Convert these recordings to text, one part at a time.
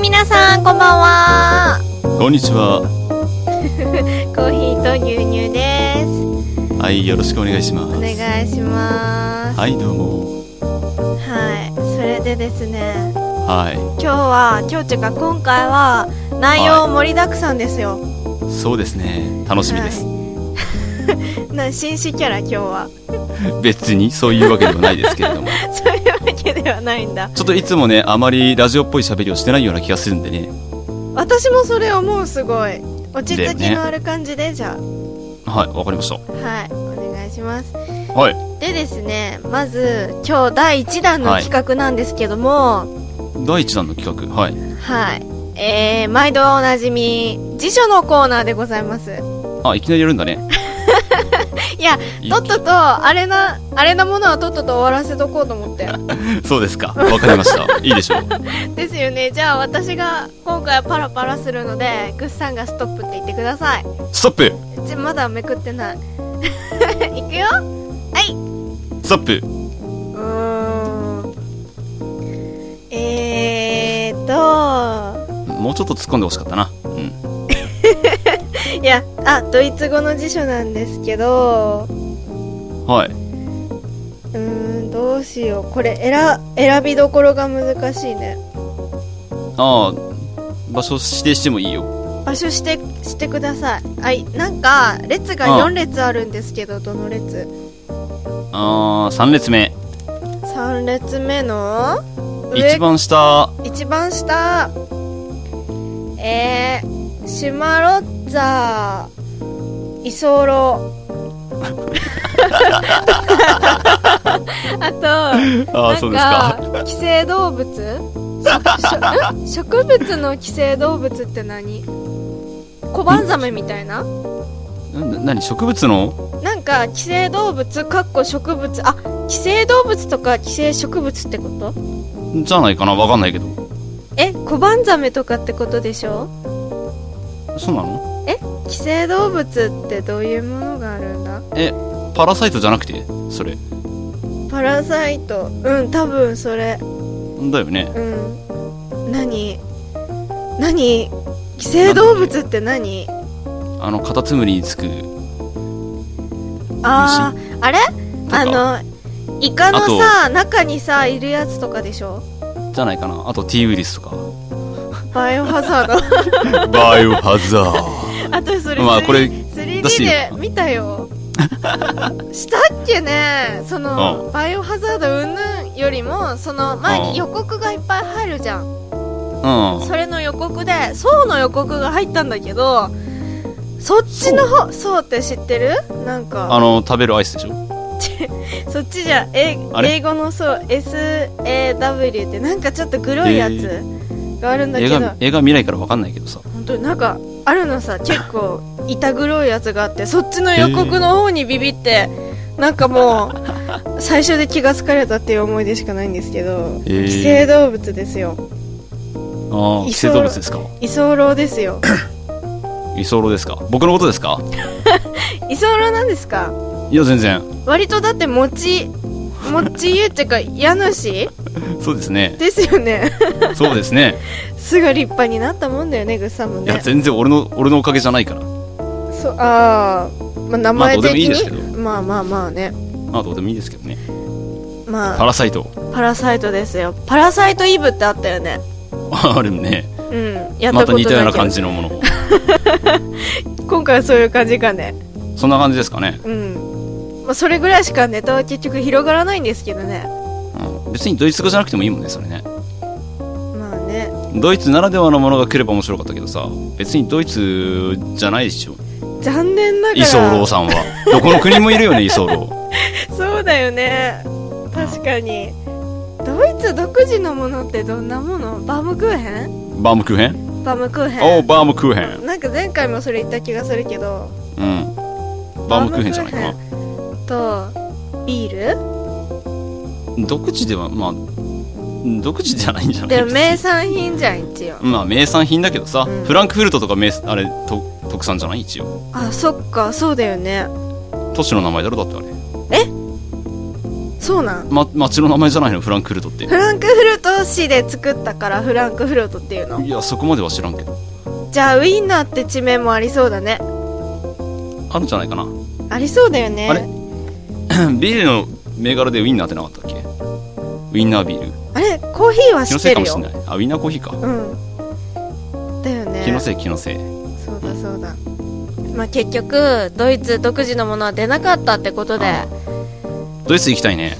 こんばんはこんにちは。コーヒーと牛乳ですはい、よろしくお願いします。お願いしますはい、どうも。はい、それでですねは今日は今日っていうか今回は内容盛りだくさんですよ、い、そうですね。楽しみです。な紳士キャラ今日は 別にそういうわけではないですけれども。そういうわけではないんだちょっといつもね、あまりラジオっぽい喋りをしてないような気がするんでね。私もそれ思うすごい落ち着だきよねのある感じで、じゃはい、わかりました。あはいお願いしますはい。でですねまず今日第1弾のはい企画なんですけども、第一弾の企画。はい。はい。えー、毎度おなじみ、辞書のコーナーでございます。あ、いきなりやるんだね。いや、いとっとと、あれな、あれなものはとっとと終わらせとこうと思 って。そうですか。わかりました。いいでしょう。ですよね。じゃあ私が今回はパラパラするので、グッさんがストップって言ってください。ストップじゃ、まだめくってない。 いくよストップうーん。えーと、もうちょっと突っ込んでほしかったな。うん。いや、あ、ドイツ語の辞書なんですけど、はい。うーんどうしようこれ選選びどころが難しいねああ、場所指定してもいいよ。場所してしてくださいはいなんか列がああ4列あるんですけどどの列ああ、3列目。 3列目の上一番下。一番下えー、シュマロッツァ居候 あとああ、そうですか。 なんか寄生動物しょん植物の寄生動物って何コバンザメみたいなな何植物のなんか寄生動物かっこ植物あ寄生動物とか寄生植物ってことじゃないかなわかんないけど。えコバンザメとかってことでしょそうなの寄生動物ってどういうものがあるんだえ、パラサイトじゃなくてそれ。パラサイトうん多分それだよね。うん何何寄生動物って何あの、カタツムリにつく。あーあれかあのイカのあとさ中にさいるやつとかでしょじゃないかなあと T ウイルスとか。バイオハザ ードバイオハザーあとそれ,、 まあこれ 3D 出でして見た よしたっけねその、バイオハザード云々よりもその前うんに予告がいっぱい入るじゃんうん。それの予告でそうの予告が入ったんだけどそっちの方そうって知ってるなんかあの、食べるアイスでしょそっちじゃえあれ英語のそう SAW ってなんかちょっとグロいやへつがあるんだけ映ど、画、映画見ないからわかんないけどさ。本当になんかあるの さ結構板黒いやつがあってそっちの予告の方にビビって、なんかもう最初で気が疲れたっていう思い出しかないんですけど、へー寄生動物ですよ居ああ、候寄生動物ですか居候です よ居候ですか僕のことですか居候なんですかいや、全然。割とだって持ち持ち家っていうか家主そうですね。ですよ ねそうですね。 すぐ立派になったもんだよねぐっさんもいねや、全然俺の、俺のおかげじゃないから。そうあー、まあ、名前まあど的うでもいいですけどにまあまあまあねまあ、どうでもいいですけどね。まパあラサイト。パラサイトですよパラサイトイブってあったよねあるね。うんやったまことたないけ似たど、ような感じのものを。今回はそういう感じかねそんな感じですかね。うんまあそれぐらいしかネタは結局広がらないんですけどねうん別にドイツ語じゃなくてもいいもんねそれねまあねドイツならではのものが来れば面白かったけどさ別にドイツじゃないでしょ残念なが居ら候さんはどこの国もい るよね居候そうだよね確かにドイツ独自のものってどんなものバームクーヘンバームクーヘンバームクーヘおうバームクーヘンンなんか前回もそれ言った気がするけどうんバームクーヘンじゃないかバームとビールな独自ではまあ独自じゃないんじゃないでも別に名産品じゃん一応まあ名産品だけどさ、うんフランクフルトとか名あれと特産じゃない一応あそっかそうだよね都市の名前だろだってあれそうなんま、町の名前じゃないのフランクフルトってフランクフルト市で作ったからフランクフルトっていうのいやそこまでは知らんけどじゃあウインナーって地名もありそうだねあるんじゃないかな ありそうだよねあれビールの銘柄でウインナーってなかったっけウインナービールあれコーヒーは知気のっせいてかるもしよれないあウインナーコーヒーかうんだよね気のせい気のせいそうだそうだ、まあ、結局ドイツ独自のものは出なかったってことでドイツ行きたいね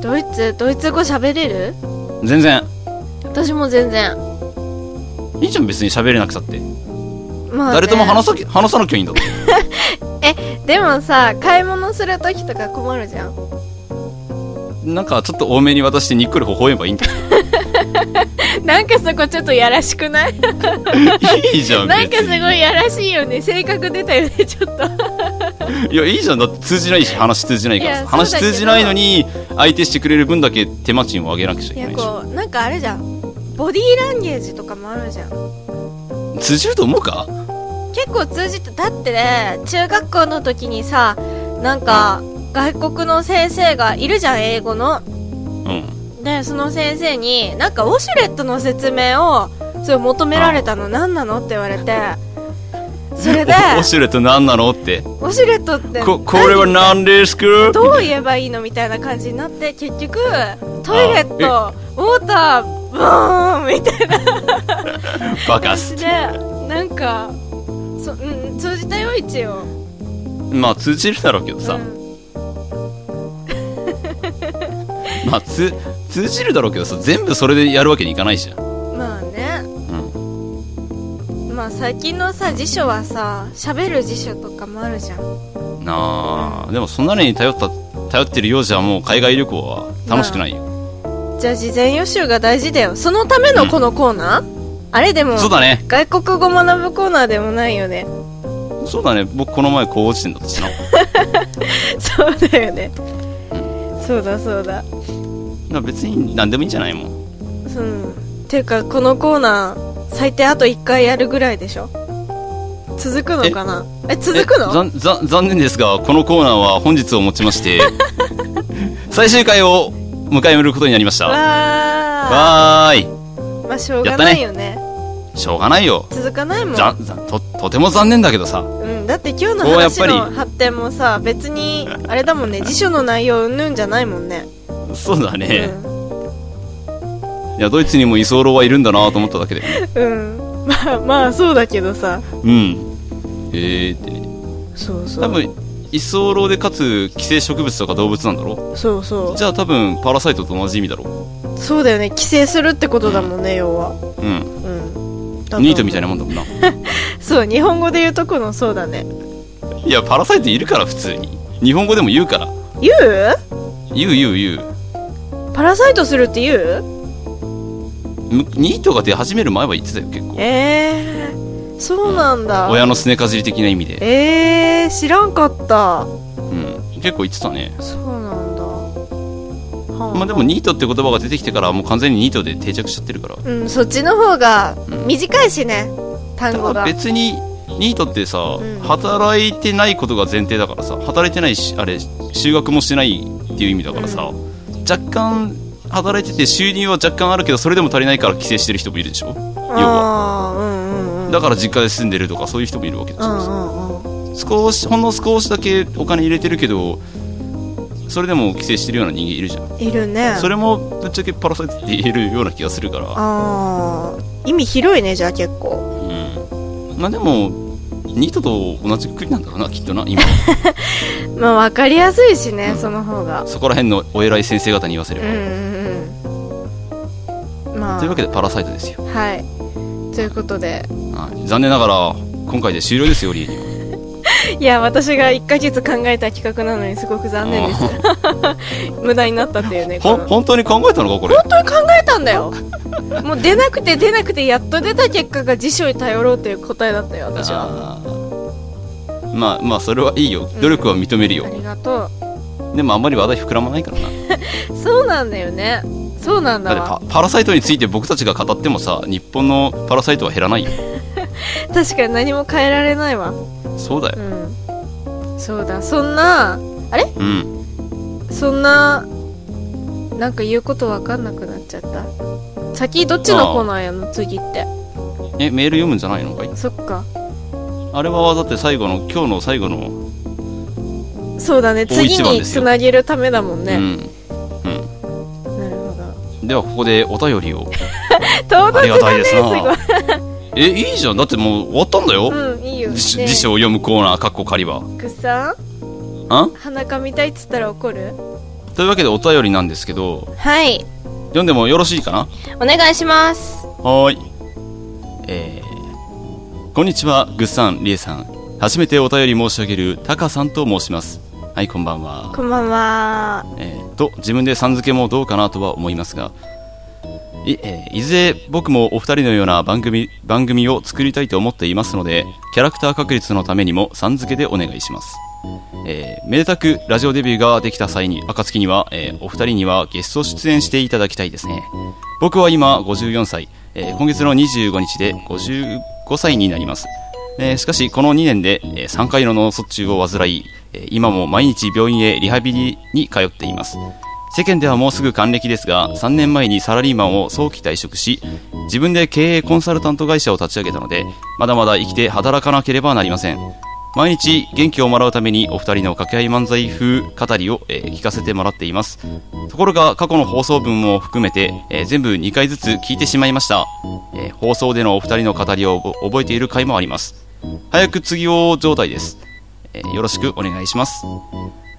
ドイツドイツ語喋れる全然私も全然、いいじゃん別に喋れなくたって、まあね誰とも話さ話さなきゃいいんだってでもさ買い物する時とか困るじゃんなんかちょっと多めに渡してにっこり微笑めばいいんだ なんかそこちょっとやらしくないいいじゃんなんか別すにごいやらしいよね性格出たよねち ょっといやいいじゃんだって通じないし話通じないからいさや話そうだけど通じないのに相手してくれる分だけ手間賃を上げなくちゃいいけやないしこうなんかあれじゃんボディーランゲージとかもあるじゃん通じると思うか結構通じてだってね中学校の時にさなんか外国の先生がいるじゃん英語のうんでその先生になんかウォシュレットの説明をそれ求められたの何なのって言われてそれでおオシュレット何なのってウォシュレットってここれは何ですかどう言えばいいのみたいな感じになって結局トイレットウォーターブーンみたいなバカ感すじで なんかそ、うん、通じたよ一応まあ通じるだろうけどさ、うんまあつ通じるだろうけどさ全部それでやるわけにいかないじゃん、まあねうん、まあ最近のさ辞書はさ喋る辞書とかもあるじゃんなあでもそんなのに頼った頼ってるようじゃもう海外旅行は楽しくないよ、じゃあ事前予習が大事だよそのためのこのコーナー、あれでもそうだね外国語学ぶコーナーでもないよね そうだね僕この前高知点だったしなそうだよねそうだそうだな別に何でもいいんじゃないもんうんていうかこのコーナー最低あと1回やるぐらいでしょ続くのかなえ続くえの残残残念ですがこのコーナーは本日をもちまして最終回を迎えることになりましたわわーーまあしょうがないよねいしょうがないよ続かないもんざざととても残念だけどさうん、だって今日のこうやっ話ぱりの発展もさ別にあれだもんね辞書の内容うんぬんじゃないもんね、そうだね、いやドイツにも居候はいるんだなと思っただけでうん、うん、まあまあそうだけどさうんえー、ってねそうそう多分居候でかつ寄生植物とか動物なんだろそうそじゃあ多分パラサイトと同じ意味だろうそうだよね帰省するってことだもんね、要はううんうんニートみたいななもんだもんなそう日本語で言うとこのそうだねいやパラサイトいるから普通に日本語でも言うから言う言う言う言うパラサイトするって言うむニートが出始める前は言ってたよ結構えー、そうなんだ、親のすねかじり的な意味で、えー、知らんかったうん、結構言ってたねそうなんだはまあでもニートって言葉が出てきてからもう完全にニートで定着しちゃってるからうんそっちの方が短いしね、単語だからが別にニートってさ、うん働いてないことが前提だからさ働いてないしあれ就学もしてないっていう意味だからさ、う若干働いてて収入は若干あるけどそれでも足りないから帰省してる人もいるでしょ要はああうんうんうんだから実家で住んでるとかそういう人もいるわけでしょ、うんうんうん少しほんの少しだけお金入れてるけどそれでも帰省してるような人間いるじゃんいるねそれもぶっちゃけパラサイトって言えるような気がするからああ意味広いねじゃあ結構うんまあでもニートと同じくくりなんだろうなきっとな今まあ分かりやすいしね、うんその方がそこら辺のお偉い先生方に言わせれうば、んうんうんまあというわけでパラサイトですよ、はいということではい、残念ながら今回で終了ですよリエにはいや私が1ヶ月考えた企画なのにすごく残念ですあ無駄になったっていうねほこんの本当に考えたのかこれ本当に考えたんだよもう出なくて出なくてやっと出た結果が辞書に頼ろうという答えだったよ私はあーまあまあそれはいいよ努力は認めるよあ、りがとでもあんまり話題膨らまないからなうそうなんだよねそうなんだだってわパパラサイトについて僕たちが語ってもさ日本のパラサイトは減らないよ確かに何も変えられないわそうだようんそうだそんなうんそんななんか言うことわかんなくなっちゃった先どっちのコーナーやの次ってえメール読むんじゃないのかいそっかあれはだって最後の今日の最後の、そうだね大一次番にですつよなげるためだもんうね、んなるほどではここでお便 りを友あ達りがだたいねですすごいなえいいじゃんだってもう終わったんだよ、うんいいよね辞書辞書を読むコーナーかっこ仮はくっさんあ鼻かみたいっつったら怒るというわけでお便りなんですけどはい読んでもよろしいかなお願いしますはーい。えーこんにちは、ぐっさん、りえさん。初めてお便り申し上げる、たかさんと申します。はい、こんばんは。こんばんはえーと、自分でさん付けもどうかなとは思いますが、い,、えーいずれ僕もお二人のような番組、番組を作りたいと思っていますので、キャラクター確立のためにもさん付けでお願いします。えーめでたくラジオデビューができた際に、暁には、えーお二人にはゲスト出演していただきたいですね。僕は今54歳、えー今月の25日で55歳になります。えーしかし、この2年で、えー3回の脳卒中を患い、えー今も毎日病院へリハビリに通っています。世間ではもうすぐ還暦ですが、3年前にサラリーマンを早期退職し、自分で経営コンサルタント会社を立ち上げたので、まだまだ生きて働かなければなりません。毎日元気をもらうためにお二人の掛け合い漫才風語りを、えー聞かせてもらっています。ところが過去の放送分も含めて、えー全部2回ずつ聞いてしまいました、えー放送でのお二人の語りを覚覚えている回もあります早く次を状態です、えーよろしくお願いします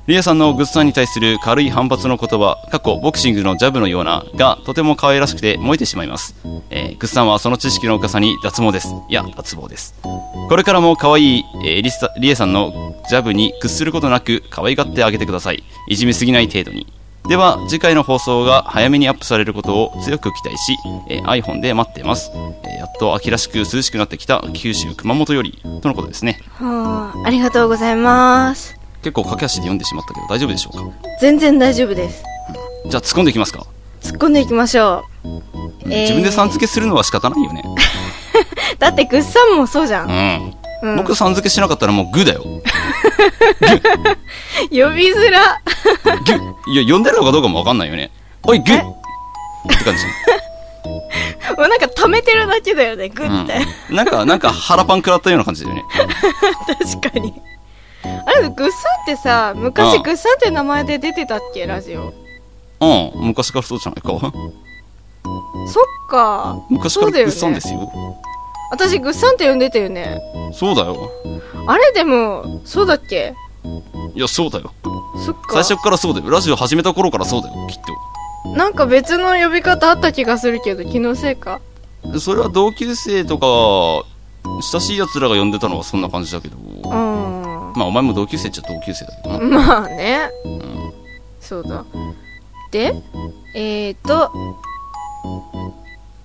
リアさんのグッズさんに対する軽い反発の言葉、過去ボクシングのジャブのような、がとても可愛らしくて燃えてしまいます。えーグッズさんはその知識の深さに脱毛です。いや、脱毛です。これからも可愛い、えーリスリエさんのジャブに屈することなく可愛がってあげてください。いじめすぎない程度に。では、次回の放送が早めにアップされることを強く期待し、えー iPhone で待ってます。えーやっと秋らしく涼しくなってきた九州熊本より、とのことですね。はあありがとうございます結構駆け足で読んでしまったけど大丈夫でしょうか全然大丈夫ですじゃあ突っ込んでいきますか。突っ込んでいきましょう、えー自分でさん付けするのは仕方ないよね。だってグッさんもそうじゃん、ううんん。僕さん付けしなかったらもうグーだよ。呼びづらグー。いや、呼んでるのかどうかもわかんないよね。おい、グーって感じ。もうなんか溜めてるだけだよねグッて、うん。なんか、なんか腹パン食らったような感じだよね。確かにあれグッさんってさう昔んグッさんって名前で出てたっけラジオうん。昔からそうじゃないか。そっか昔からグッサンですよ。私グッさんって呼んでたよねそうだよ。あれでもそうだっけいや、そうだよ。そっか最初からそうだよ。ラジオ始めた頃からそうだよ、きっなんか別の呼び方あった気がするけど気のせいかと。それは同級生とか、親しい奴らが呼んでたのはそんな感じだけど。うんままあ、お前も同級生っちゃ同級生だけどな。あねうん。そうだでえーと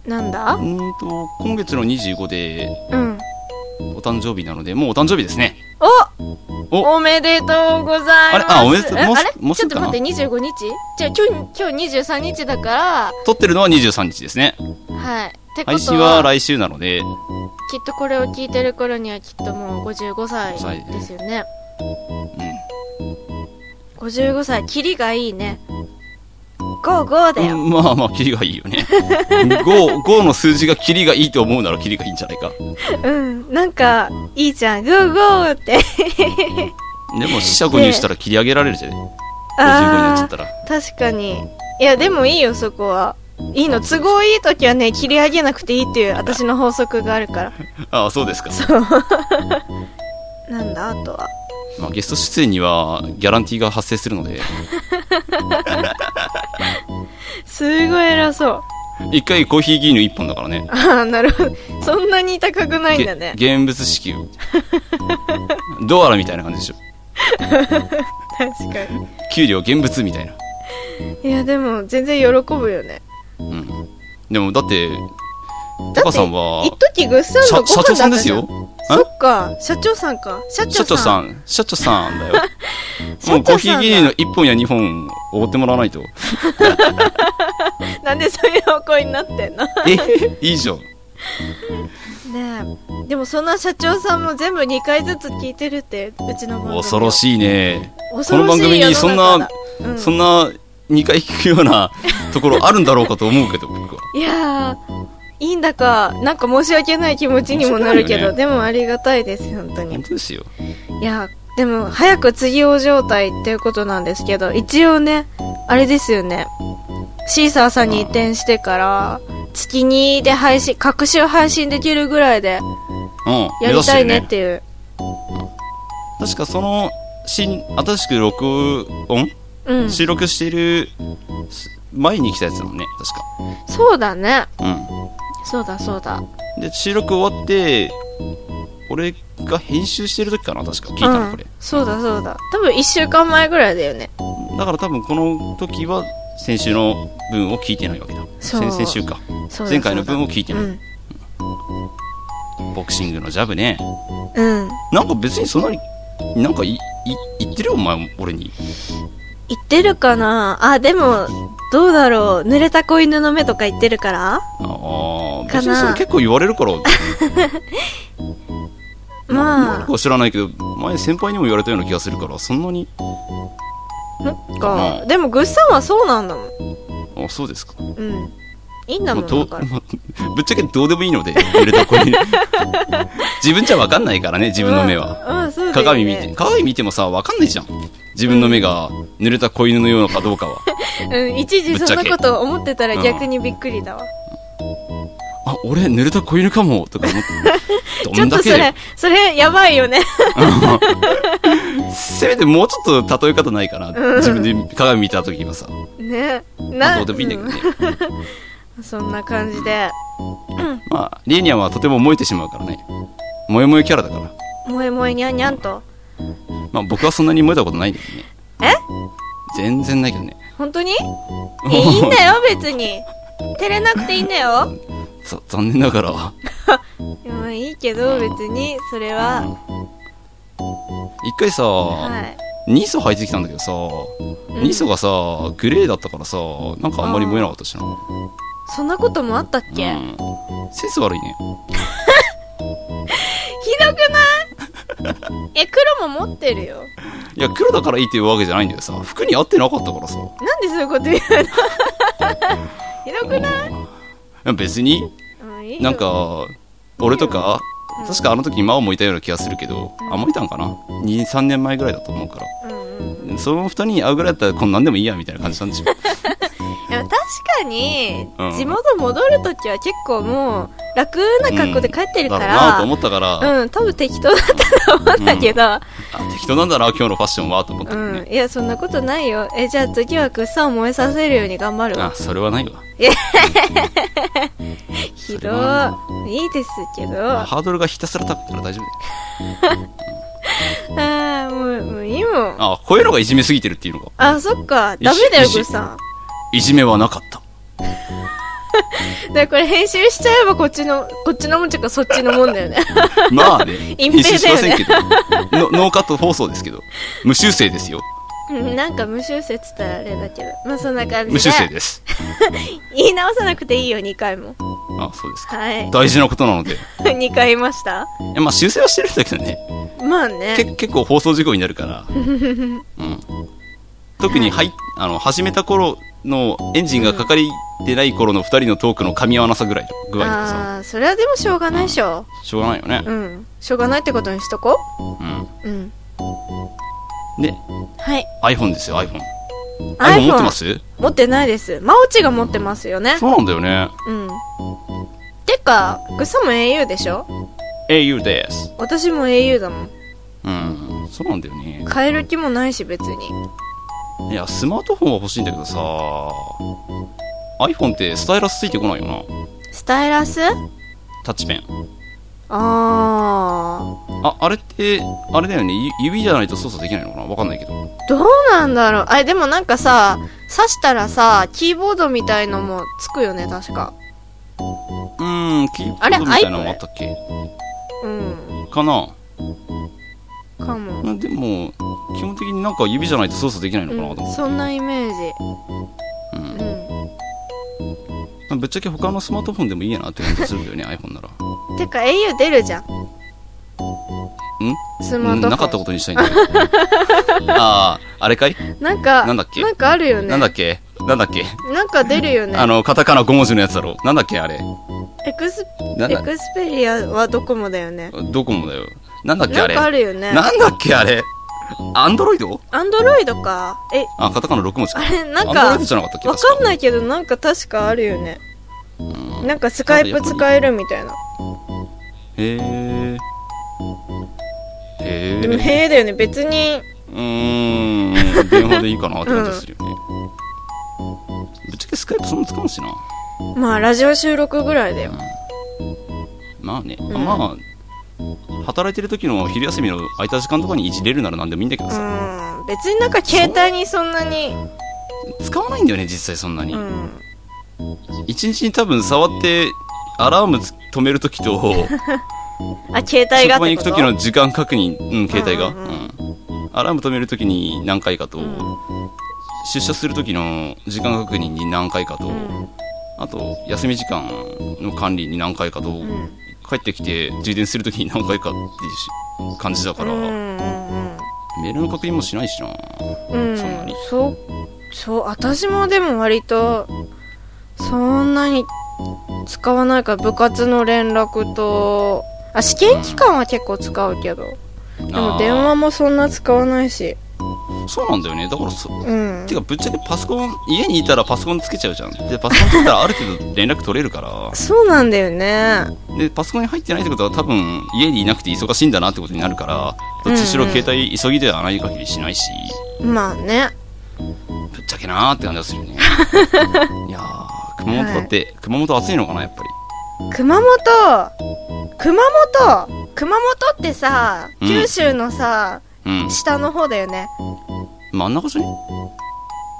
なんだうーんと、今月の25で、うんお誕生日なので、もうお誕生日ですね。おおめでとうございますあれあおめでとうえもうすあれもうちすょっとぐかな待って25日じゃあ今日今日23日だから撮ってるのは23日ですね。はいってこ配と信はは来週なのきで、っとこれを聞いてる頃にはきっともう55歳ですよねう55歳キリがいいね55だん。よ、うんまあまあ、キリがいいよね。5、5の数字がキリがいいと思うならキリがいいんじゃないか。うん、なんかいいじゃん55ってでも、四捨五入したら切り上げられ るじゃん。55になっちゃあったら。ー確かにいやでもいいよそこはいいの都合いい時はね切り上げなくていいっていう私の法則がある からああ、そうですか。なんだあとはまあ、ゲスト出演にはギャランティーが発生するので、すごい偉そう一回コーヒー牛乳一本だからね。ああなるほどそんなに高くないんだねげ現物支給。ドアラみたいな感じでしょ。確かに給料現物みたいな。いやでも全然喜ぶよねうん。でも、だって、タカさんは一、時ぐっさんの社ご飯社だったじ長ゃさんですよ。そっか社長さんか社長さ社ん長さん、 社長さんだよ。社長さんだもうコーヒー牛乳の1本や2本おごってもらわないと。なんでそういうお声になってん のねえいいじゃん。えでもそんな社長さんも全部2回ずつ聞いてるってうちの番組を恐ろしいね。恐ろしいこの番組にそんな世の中だうんそんな2回聞くようなところあるんだろうかと思うけど、僕は。いやー、いいんだか、なんか申し訳ない気持ちにもなるけど、申し訳ないよねでもありがたいです、本当本に。当ですよ。いやー、でも、早く次用状態っていうことなんですけど、一応ね、あれですよね。シーサーさんに移転してから、月2で配信、各週配信できるぐらいで、うん。や目り指したているねっ。ていう。確かその、新、新しく録音、うん。収録している、す前に来たやつだもんね、そうだね。確か。そうだそうだ。うん。で、収録終わって、俺が編集してる時かな、確か。聞いたうの、んこれ。そうだそうだ。多分1週間前ぐらいだよね。だから多分この時は、先週の分を聞いてないわけだ。そう先々週か。そうだ前回の分をを聞いてない。ボクシングのジャブね。うん。うん。なんか別にそんなに、なんかい、い、言ってるよ、お前、俺に。言ってるかなあ、でも、どうだろう。濡れた子犬の目とか言ってるからああ、かな別にそれ結構言われるから、ま僕は知らないけど、前先輩にも言われたような気がするから、そんなに、あ、なんかかな、でも、ぐっさんはそうなんだもん。あそうですか。うん。いいんだももん、うどだうかまあぶっちゃけどうでもいいので、揺れた子 に。自分じゃわかんないからね、自分の目は。ら。うん、そうだよ鏡ね見て、鏡見てもさ、わかんないじゃん。自分の目が濡れた子犬のようなかどう かは。うん、一時そんなこと思ってたらぶっちゃけ逆にびっくりだわ。あ、俺濡れた子犬かも、とか 思って。ちどょんっだとそけだよれ、それ、やばいよね。 せめてもうちょっと例え方ないかな。自分で鏡見た時はさ。ね。まあな、どうでもいいんだけどね。うんそんな感じで、まあ、リーニャはとても燃えてしまうからね。燃え燃えキャラだから。萌え萌えにゃんにゃんと。まあ僕はそんなに燃えたことないけどえね。全然ないけどね。本 当にえ、いいんだよ、別に。照れなくていいんだよ。ざ残念ながら、まあいいけど、別に、それは。一回さ、はい。ニソ履いてきたんだけどさ、んニソがさ、グレーだったからさ、なんかあんまり燃えなかったしな。そんなこともあったっけ、うん。センス悪いね。ひどくない え、黒も持ってるよ。いや、黒だからいいっていうわけじゃないんだけどさ、服に合ってなかったからさ。なんでそういうこと言うの ひどくない、うん別に、うん、いいよなん、か、俺とか、うん確かあの時マオもいたような気がするけど、あ、もういたんかな ?2、3年前ぐらいだと思うから。うんうん、いその二人に会うぐらいだったらこんなんでもいいやみたいな感じなんでしょや確かに、うん地元戻るときは結構もう楽な 格好で帰ってるかだろうなら、とうん思ったから、多分適当だったと思うんだけど、あ適当なんだな今日のファッションはと思っうたけどん、ね、いやそんなことないよえじゃあ次は草を燃えさせるように頑張るあわそれはないわひそれどはいいいですけどあハードルがひたすら高いから大丈夫ーもうもういいもんだよあこういうのがいじめすぎてるっていうのがあそっかダメだよいしグッさんいじめはなか ったでこれ編集しちゃえばこっちのこっちのもんちかそっちのもんだよねまあね隠編集蔽しだまよせねんけどのノーカット放送ですけど無修正ですようん なんか無修正っつったらあれだけどまあそんな感じで無修正です言い直さなくていいよ2回もあそうですかはい 大事なことなのでい2回言いましたやまあ修正はしてるんだけどねまあねけ結構放送事故になる から、うん、特に、はい、あの始めた頃のエンジンがかかりてない頃の2人のトークの噛み合わなさぐらいの具合がさああーそれはでもしょうがないでしょしょうがないよねう、んしょうがないってことにしとこうんううんではい iPhone ですよ iPhone iPhone iPhone 持ってます持ってないですまおちが持ってますよねそうなんだよねうんてかグサも au でしょ au です私も au だもんうんそうなんだよね変える気もないし別にいやスマートフォンは欲しいんだけどさ iPhone ってスタイラスついてこないよなスタイラスタッチペンあああれってあれだよねゆ指じゃないと操作できないのかなわかんないけどーどうなんだろうあれでもなんかさ刺したらさキーボードみたいのもつくよね確かうーんキーボあれードみたいなのもあったっけうんかなかも、まあでも基本的になんか指じゃないと操作できないのかなとうん、思そんなイメージう、うんうまあぶっちゃけ他のスマートフォンでもいいやなって感じするん だよね iPhone ならんてか au 出るじゃんスマートフォン うんなかったことにしたいんだよあああれかいなんか、なんだっけなんかあるよね。なんだっけなんだっけなんか出るよね。あの、カタカナ5文字のやつだろ。なんだっけあれ。エクス、なんエだクスペリアはドコモだよね。ドコモだよ。なんだっけなあんれ。かあるよね。なんだっけあれ。アンドロイドアンドロイドか。え、あ、カタカナ6文字か。あれなんかアンドロイドじゃなかったっけ。わかんないいけど、なんか確かあるよね。うんなんかスカイプ使えるみたいな。へー。へでも、ー。へえだよね。別に、うーん。電話でいいかなって感じがするよね。ぶっちゃけスカイプそんな使うんしな。まあ、ラジオ収録ぐらいだよ。まあね、んまあ、働いてる時の昼休みの空いた時間とかにいじれるなら何でもいいんだけどうさ、ん。別になんか携帯にそんなに、使わないんだよね、実際そんなに。うん。一日に多分触って、アラームつ止める時 と、あ、携帯が職っ場てこに行くと時の時間確認、うん、携帯が。ううんんうんアラーム止める時に何回かと、うん出社する時の時間確認に何回かと、うんあと、休み時間の管理に何回かと、うん帰ってきて充電する時に何回かっていうし感じだから、うんうんメールの確認もしないしな。うんうんそんなにそうそう私もでも割とそんなに使わないから部活の連絡とあ試験期間は結構使うけどでも電話もそんな使わないしそうなんだよねだからそうんてかぶっちゃけパソコン家にいたらパソコンつけちゃうじゃんでパソコンつけたらある程度連絡取れるからそうなんだよねでパソコンに入ってないってことは多分家にいなくて忙しいんだなってことになるからどっちにしろうんうん携帯急ぎではない限りしないしまあねぶっちゃけなーって感じがするよ ねいやー熊本だって、熊本暑いのかなやっぱり熊本熊本熊本ってさうん九州のさ、うん下の方だよね真ん中じゃね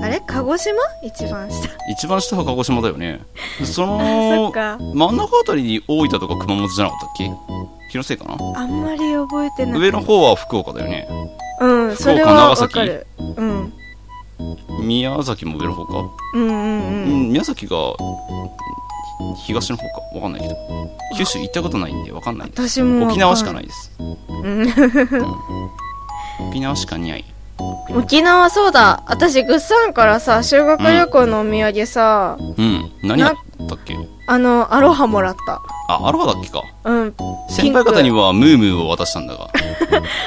あれ鹿児島一番下一番下は鹿児島だよねそあそっのか真ん中あたりに大分とか熊本じゃなかったっけ気のせいかなあんまり覚えてない上の方は福岡だよねうん、福そ岡れは長わ崎かる。うん。宮崎も上の方か、うんうんううん。ん、宮崎が東の方かわかんないけど九州行ったことないんでわかんないです私もわかん沖縄しかないですうん。沖縄しかにない沖縄そうだ。私、ぐっさんからさ、修学旅行のお土産さ、うん何だったっけあの、アロハもらった。あアロハだっけかうん。先輩方にはムームーを渡したんだが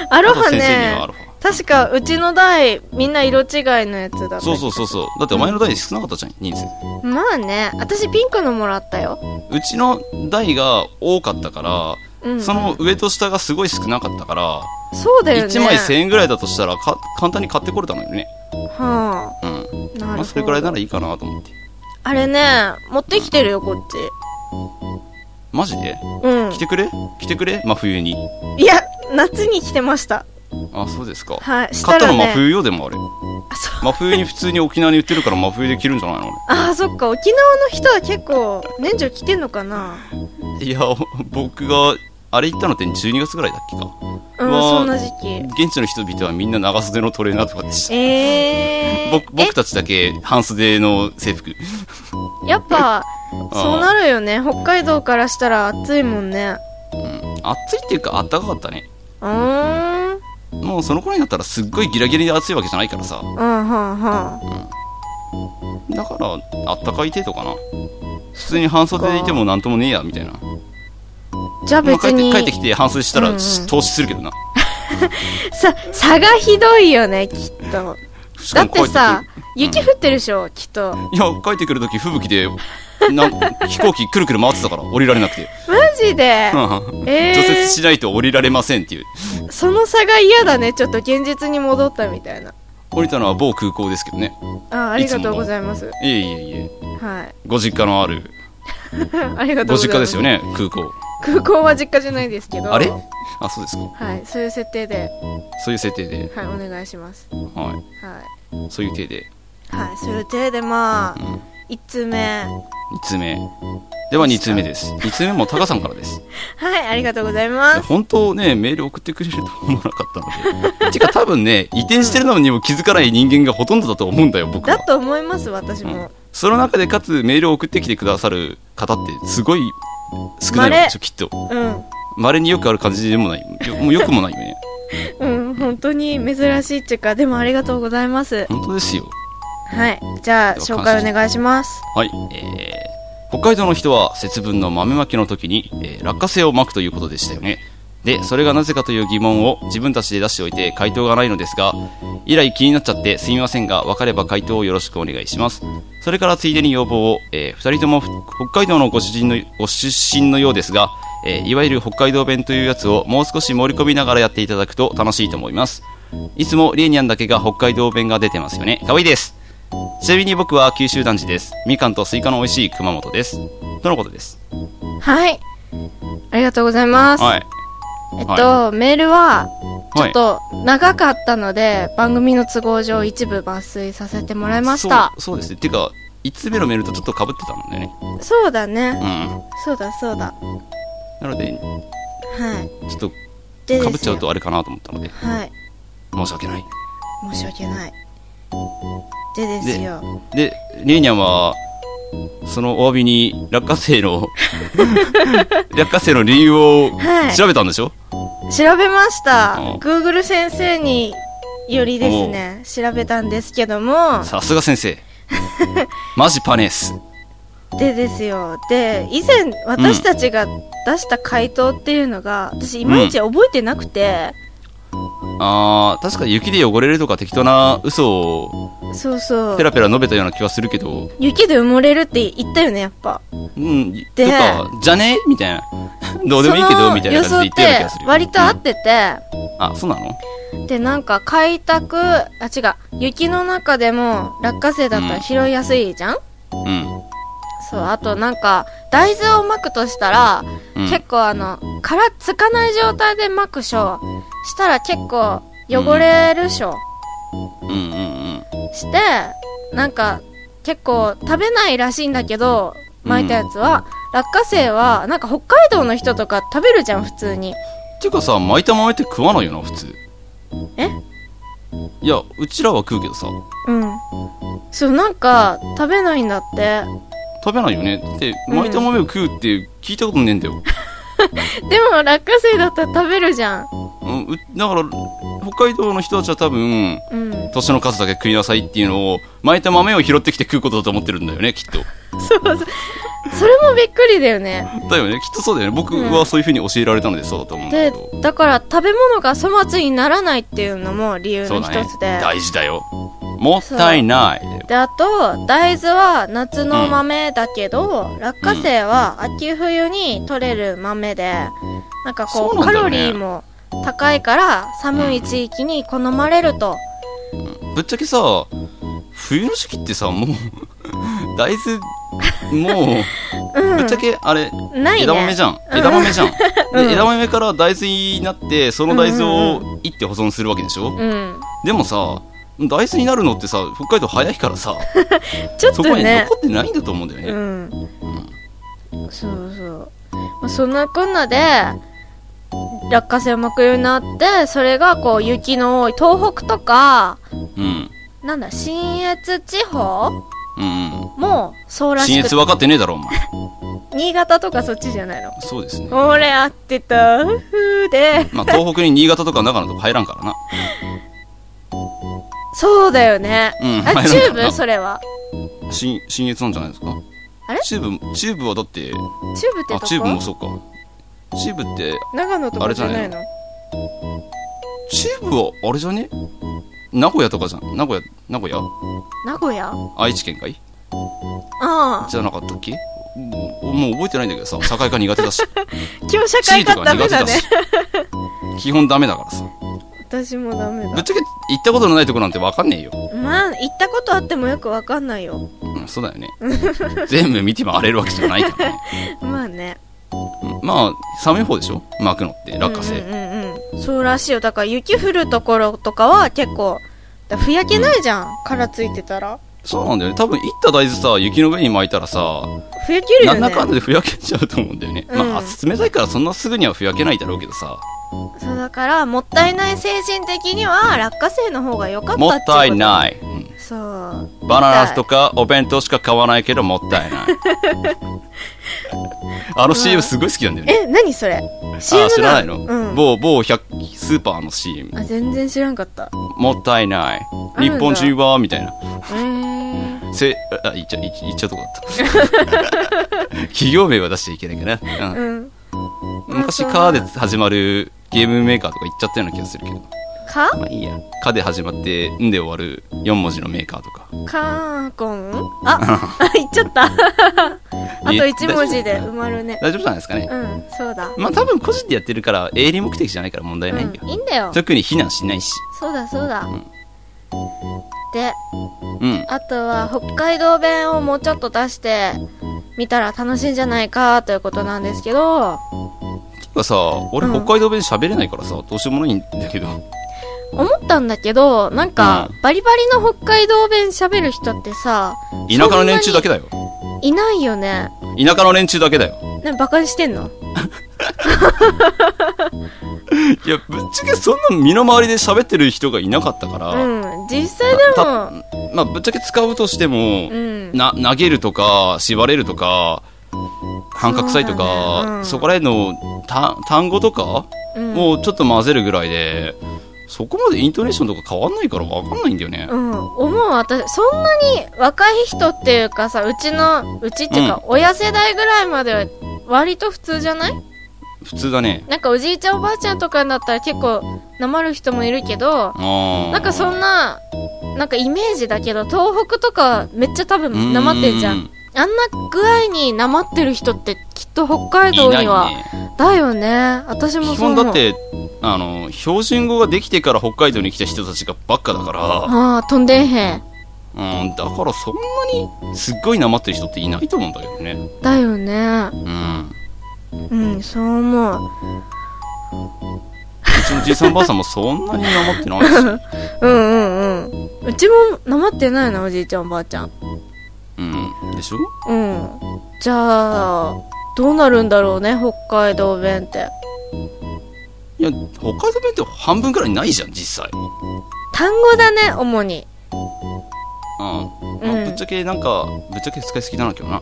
アロあハと先生にはねアロ、ハ確か、うちの代、みんな色違いのやつだった。そうそうそうそうだってお前の代少なかったじゃん人数う。まあね、私ピンクのもらったよ。うちの代が多かったからうん。その上と下がすごい少なかったから、そうだよね。 1枚1000円ぐらいだとしたらか簡単に買ってこれたのよねはうあ。んなるほまど。あそれくらいならいいかなと思ってあれね、持ってきてるよ、こっち。マジでうん来。てくれ来てくれ真冬にいや、夏に来てました。あそうですか、はい。し買たったらの真ね。冬よでもあれあそう真冬に普通に沖縄に売ってるから真冬で着るんじゃないのあーそっか沖縄の人は結構年中来てんのかないや僕があれ行ったのって12月ぐらいだっけかうんうわーそんな時期現地の人々はみんな長袖のトレーナーとかでしたえー、僕僕たちだけ半袖の制服えやっぱそうなるよね北海道からしたら暑いもんね暑いっていうかあったかかったねうーんうんもうその頃になったらすっごいギラギラで暑いわけじゃないからさはんはんだからあったかい程度かな普通に半袖でいてもなんともねえやみたいなじゃあまあ帰別ってに、帰ってきて半袖したうんうらんし投資するけどなさ差がひどいよねきっとしだかっても帰ってくるさ雪降ってるでしょ、きっといや帰ってくるとき吹雪でな 飛行機くるくる回ってたから降りられなくて、マジでうんえ除雪しー、ないと降りられませんっていうその差が嫌だねちょっと現実に戻ったみたいな降りたのは某空港ですけどねあーありがとうございますいえいえいえはい ご実家のあるありがとうございまごす実家ですよね空港空港は実家じゃないですけどあれあそうですかはいそういう設定でそういう設定で、はいお願いしますは、はいそういう体で、い、はい、そういう体でまうあん、 1通目2通目では2通目です2通目もタカさんからですはいありがとうございまねす本当ね、メール送ってくれると思わなかったので。てか多分ね、移転してるのにも気づかない人間がほとんどだと思うんだよ、僕だは。と思います私うんも、その中でかつメールを送ってきてくださる方ってすごい少ない稀でしょ、きっと。うん稀によくある感じでもない。よもうよくもないよね。うん、ほん本当に珍しいっていうかでもありがとうございます本当ですよ。はいじゃあ紹介お願いしますはい、えー、北海道の人は節分の豆まきの時に、えー落花生をまくということでしたよね。で、それがなぜかという疑問を自分たちで出しておいて回答がないのですが、以来気になっちゃってすみませんが、分かれば回答をよろしくお願いします。それからついでに要望を、え2人とも北海道のご主人のご出身のようですが、えーいわゆる北海道弁というやつをもう少し盛り込みながらやっていただくと楽しいと思います。いつもリエニャンだけが北海道弁が出てますよね。かわいいです。ちなみに僕は九州男児です。みかんとスイカの美味しい熊本です。とのことです。はいありがとうございます、はい。えっと、メールはちょっと長かったので、番組の都合上一部抜粋させてもらいましたそうそうですね。てか、5つ目のメールとちょっと被ってたんだよね。そうだねうそうだそうだん。なので、はいちょっとでです被ねっちゃうとあれかなと思ったので、はい申し訳ない。申し訳ないでですよで、リーニャンは、そのお詫びに落花 生の落花生の理由をはい調べたんでしょ、調べましたうん Google 先生によりですね調べたんですけどもさすが先 生マジパネースでですよで以前私たちが出した回答っていうのが私いまいち覚えてなくて、あー確か雪で汚れるとか適当な嘘をそうそうペラペラ述べたような気がするけど、雪で埋もれるって言ったよねやっぱうん、とでか、じゃねみたいな。 どうでもいいけどみたいな感じで言ったような気がその予想っすてる。割と合ってて、あ、そうなのでなんか開拓あ違う雪の中でも落花生だったら拾いやすいじゃん、うん。そうあとなんか大豆をまくとしたら、うん結構あの殻つかない状態でまくしょしたら結構汚れるしょ、うんうんしてなんか結構食べないらしいんだけど巻いたやつは、落花生はなんか北海道の人とか食べるじゃん普通にていうかさ、巻いた豆って食わないよな、普通。えいや、うちらは食うけどさ、うんそうなんか食べないんだって食べないよね。で、うん巻いた豆を食うって聞いたことねえんだよ。でも落花生だったら食べるじゃんうん、うだから、北海道の人たちは多分、うん年の数だけ食いなさいっていうのを、巻いた豆を拾ってきて食うことだと思ってるんだよね、きっと。そうそうそれもびっくりだよねだよね、きっとそうだよね。僕はそういう風に教えられたのでそうだと思うんだでけど。だから食べ物が粗末にならないっていうのも理由そのう一だねつで、大事だよもったいないであと大豆は夏の豆だけど、落花生は秋冬に取れる豆で、なんかこそううなんだカよロねリーも高いから寒い地域に好まれると、ぶっちゃけさ冬の時期ってさもう 大豆も うんうぶっちゃけあれ、ない枝豆ねじゃんうん 枝豆じゃん、でうん枝豆から大豆になってその大豆をいって保存するわけでしうょ、んでもさ大豆になるのってさ北海道早いからさ、ちょっそとこにね残ってないんだと思うんだよね、うんそうそう、まあ、そんなこんなで落花生をまくようになってそれがこう雪の多い東北とかうんうんなんだ信越地方うんもそうら新しく越て分かってねえだろお前新潟とかそっちじゃないのそうですね俺合ってたふうでまあ東北に新潟とか長野とか入らんからなそうだよね、うんあチュー入らんかなブそれは新新越なんじゃないですかあれチューブチューブはだってチューブってあとこチューブもそうかチューブって長野とかじゃなあれいじのチューブはあれじゃね名古屋とかじゃん名古屋名古屋名古屋愛知県かいああじゃなかったっけもうもう覚えてないんだけどさ境が苦手 だし今日社地会理と科かダ苦メ手だだねし基本ダメだからさ私もダメぶっだちゃけ行ったことのないとこなんて分かんねえよ、まあ行ったことあってもよくわかんないようん、そうだよ ね全部見て回れるわけじゃないからね、まあねうんまあ寒い方でしょ巻くのって落花生、うんうんうん、うん、そうらしいよだから雪降るところとかは結構だからふやけないじゃん、殻ついてたらそうなんだよね多分行った大豆さ雪の上に巻いたらさふやけるよなねんだかんだでふやけちゃうと思うんだよね、うんまあ冷たいからそんなすぐにはふやけないだろうけどさそうだからもったいない精神的には落花生の方が良かったってもこっとたいない、うんそうバナナとかお弁当しか買わないけどもったいないあの CM すごい好きなんだよね、え何それあ CM 知らないの、うん、某某100スーパーの CM あ全然知らんかったもったいないあ日るんだ本中はみたいなえー、せあ言っちゃ言っ言っちゃうとこ だった企業名は出しちゃいけないかな、うんうん昔「か」で始まるゲームメーカーとか言っちゃったような気がするけどかまあいいや「か」で始まって「ん」で終わる4文字のメーカーとかかーこん ああ言っちゃったあと言え1文字で埋まるね大丈夫じゃないですかね、うんそうだまあ多分個人でやってるから営利目的じゃないから問題ないよ、うん、いいんだよ特に非難しないしそうだそうだ、んでうんあとは北海道弁をもうちょっと出してみたら楽しいんじゃないかということなんですけどていうかさ俺うん北海道弁喋れないからさどうしようもないんだけど思ったんだけどなんか、うバリバリの北海道弁喋る人ってさ田舎の連中だけだよいないよね田舎の連中だけだよねバカにしてんのいやぶっちゃけそんな身の回りで喋ってる人がいなかったから、うん実際でたもまあぶっちゃけ使うとしても、うんな投げるとか縛れるとか半角祭とかそうそ,、だねうんこら辺のた単語とか、うんもうちょっと混ぜるぐらいでそこまでイントネーションとか変わんないから分かんないんだよね、うん、思う私そんなに若い人っていうかさうちのうちっていうか親世代ぐらいまでは割と普通じゃない普通だねなんかおじいちゃんおばあちゃんとかになったら結構なまる人もいるけどあなんかそんなななんかイメージだけど東北とかめっちゃ多分なまってんじゃんあんな具合になまってる人ってきっと北海い道なにはいねだよね私も基そう本思うだってあの標準語ができてから北海道に来た人たちがばっかだかああ飛んでんへんら、うん、だからそんなにすっごいなまってる人っていないと思うんだけどねだよねうんうんそう思うちのじいさんばあさんもそんなになまってないしううんうんうんうちもなまってないなおじいちゃんおばあちゃんうんでしょうんじゃあどうなるんだろうね北海道弁っていや北海道弁って半分くらいないじゃん実際単語だね主にうん、うまあんぶっちゃけなんかぶっちゃけ使いすぎだな今日なな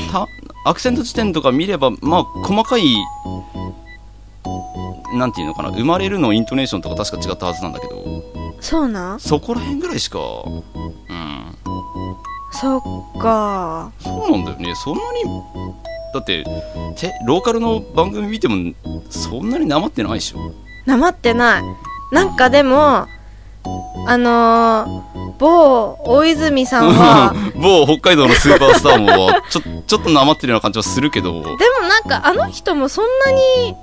たアクセント地点とか見ればまあ細かいなんていうのかな生まれるのイントネーションとか確か違ったはずなんだけどそうなんそこら辺ぐらいしかうんそっかそうなんだよねそんなにだっててローカルの番組見てもそんなになまってないでしょなまってないなんかでもあのー、某大泉さんは 某北海道のスーパースターもちょちょっとなまってるような感じはするけどでもなんかあの人もそんなに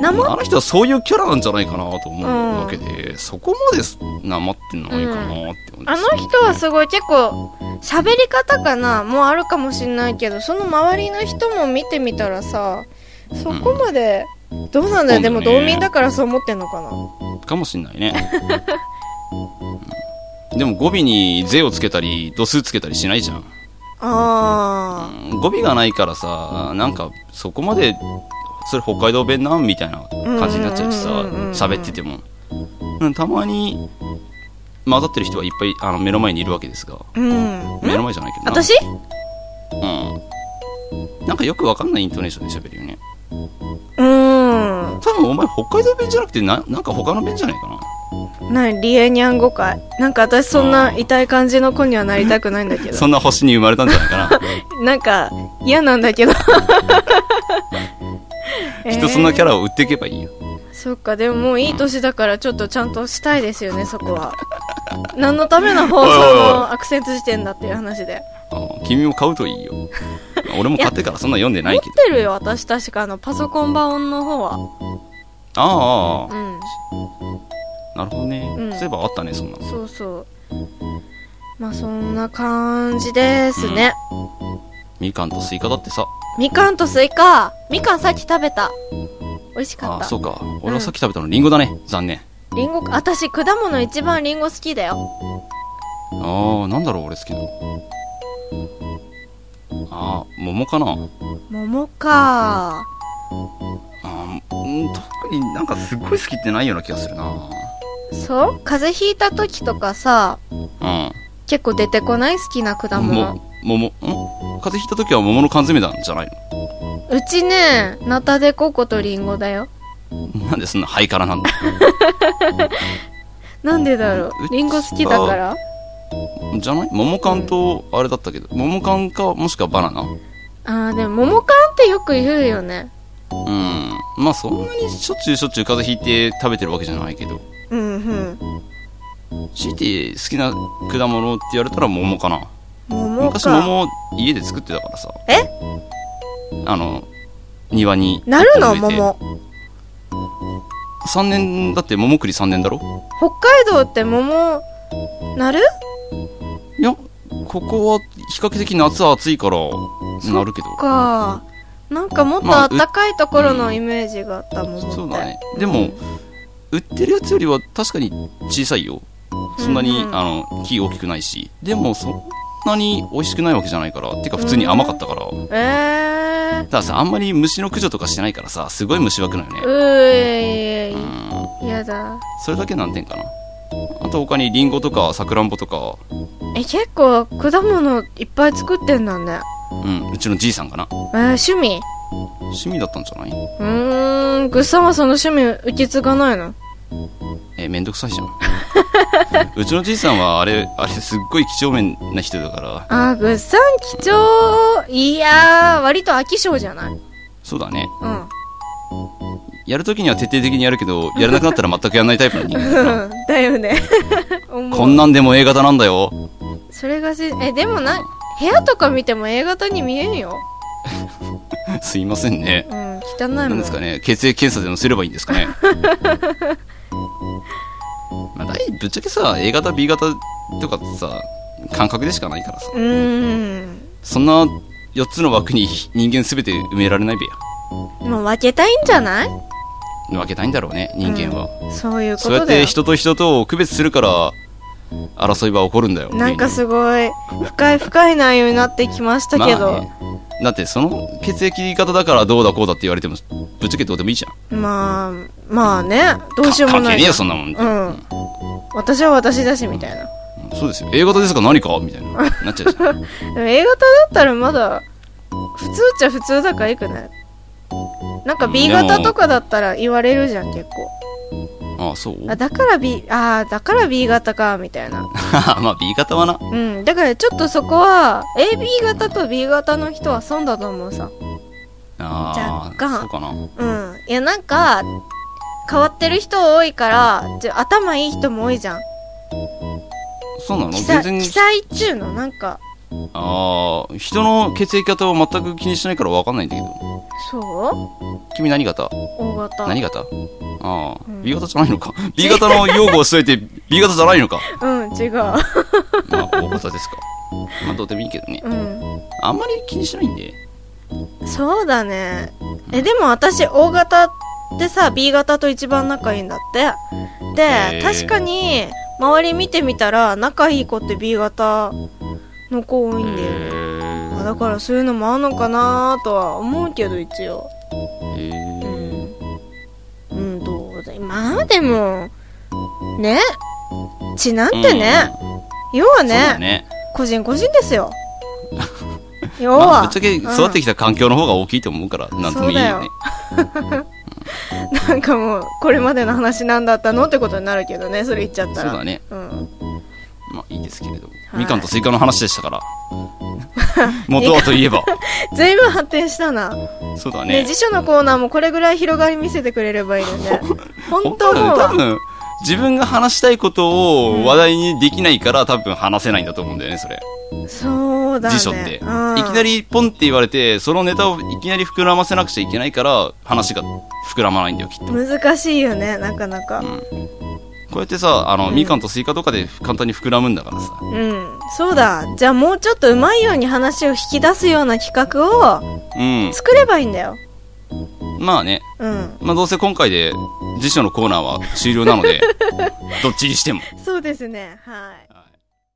なまあの人はそういうキャラなんじゃないかなと思ううんわけで、そこまですなまってないかなって思って、あの人はすごい結構喋り方かなもうあるかもしんないけどその周りの人も見てみたらさそこまで、どうなんだよ、そうだよねでも道民だからそう思ってんのかなかもしんないね、うんでも語尾に「ぜ」をつけたり度数つけたりしないじゃん、あうん語尾がないからさなんかそこまでそれ北海道弁なんみたいな感じになっちゃうしさうんうんうんうん喋ってても、うんたまに混ざってる人はいっぱいあの目の前にいるわけですがーうん目んの前じゃないけどな私うんなんかよくわかんないイントネーションで喋るよねうーん多分お前北海道弁じゃなくてななんか他の弁じゃないかな何リエニャン語会なんか私そんな痛い感じの子にはなりたくないんだけどそんな星に生まれたんじゃな いかななんか嫌なんだけど きっとそんなキャラ、ラを売っていけばいいよそっかでももういい年だからちょっとちゃんとしたいですよねそこは何のための放送おいおいおいのアクセント時点だっていう話であ君も買うといいよ俺も買ってからそんな読んでな持いっけどてるよ私確かあのパソコン版の方はああああうんなるほどね、うんそういえばあったねそんなのそうそうまあそんな感じですね、みかんとスイカだってさみかんとスイカみかんさっき食べた美味しかあっあたそうか俺はさっき食べたのリンゴだね残念りんご私果物一番りんご好きだよああなんだろう俺好きなのああ桃かな桃かあーうん特になんかすごい好きってないような気がするなそう風邪ひいた時とかさうん結構出てこない好きな果物も桃ん風邪ひいた時は桃の缶詰なんじゃないのうちねナタデココとリンゴだよなんでそんなハイカラなのなんでだろうリンゴ好きだからじゃない桃缶とあれだったけど桃缶かもしくはバナナあーでも桃缶ってよく言うよねうんまあそんなにしょっちゅうしょっちゅう風邪ひいて食べてるわけじゃないけどうんうん強いて好きな果物って言われたら桃かな桃昔か桃家で作ってたからさえあの庭になるの一本植えて桃3年だって桃栗3年だろ北海道って桃なるいやここは比較的夏は暑いからなるけどかなんかもっとまああっうたかいところのイメージがあった桃って、そうだねでも売ってるやつよりは確かに小さいよそんなに、うんうんあの木大きくないしでもそんなに美味しくないわけじゃないからてか普通に甘かったから、えーたださあんまり虫の駆除とかしてないからさすごい虫湧くのよねうーいやだそれだけ難点かなあと他にリンゴとかさくらんぼとか、え結構果物いっぱい作ってんだねうん、うちのじいさんかなえー、趣味趣味だったんじゃないうーんぐっさんはその趣味受け継がないのえめんどくさい じゃんうちのじいさんはあれあれすっごい几帳面な人だからあーぐっさん貴重いやー割と飽き性じゃないそうだねうんやるときには徹底的にやるけどやらなくなったら全くやらないタイプの人間だから だよね 思うこんなんでも A 型なんだよそれがしえでもな部屋とか見ても A 型に見えんよすいませんね。うん汚いもんなんですかね、血液検査でもすればいいんですか ね。まあ、大ぶっちゃけさ、A 型、B 型とかってさ、感覚でしかないからさ、うーんそんな4つの枠に人間すべて埋められないべもう分けたいんじゃないや。分けたいんだろうね、人間は。そういうこそうやとっだよて人と人とを区別するから、争いは起こるんだよ。なんかすごい深い深い内容になってきましたけど、まあねだってその血液型だからどうだこうだって言われても、ぶっちゃけどうでもいいじゃん。まあまあねどうしようも関係ないじねえゃよ、んそんなもうん。ん私は私だしみたいなそうですよ。A 型ですか何かみたいな。なっちゃうじゃん。 でも A 型だったらまだ普通っちゃ普通だからいいくないなんかうん B でも型とかだったら言われるじゃん結構ああそうあだから B あーだから B 型かみたいな まあ B 型はなうんだからちょっとそこは AB 型と B 型の人は損だと思うさああ若干そうかなうんいやなんか変わってる人多いからじゃ頭いい人も多いじゃんそうなの記載全記然載っちゅうのなんかああ人の血液型は全く気にしないから分かんないんだけどそう君何型 ?O 型何型ああ、うん B 型じゃないのか B 型の用語 を添えて B 型じゃないのかうん違うまあ O 型ですかまあどうでもいいけどねうんあんまり気にしないんでそうだねえでも私 O 型ってさ B 型と一番仲いいんだってへでー確かに周り見てみたら仲いい子って B 型の子多いんだよねあだからそういうのもあんのかなとは思うけど一応へえうんうんどうだまあでもね血なんてね、要はそうだねね個人個人です よ要は、まあぶっちゃけ育ってききた環境の方が大きいと思うからなんともいいよねなんかもうこれまでの話なんだったのってことになるけどねそれ言っちゃっそたうらだねうん、まあいいですけれど、いみかんとスイカの話でし たから元はといえば随分発展したな、そうだねね辞書のコーナーもこれぐらい広がり見せてくれればいいの ね本当だねもう多分自分が話したいことを話題にできないから、多分話せないんだと思うんだよねそれそうだね辞書って、うんいきなりポンって言われてそのネタをいきなり膨らませなくちゃいけないから話が膨らまないんだよきっとこ難しいよねなかなかうやってさあの、うんみかんとスイカとかで簡単に膨らむんだからさ、うん、そうだ。じゃあもうちょっとうまいように話を引き出すような企画をうん、作ればいいんだよ。まあね、うん。まあ、どうせ今回で辞書のコーナーは終了なのでどっちにしてもそうですね。はい。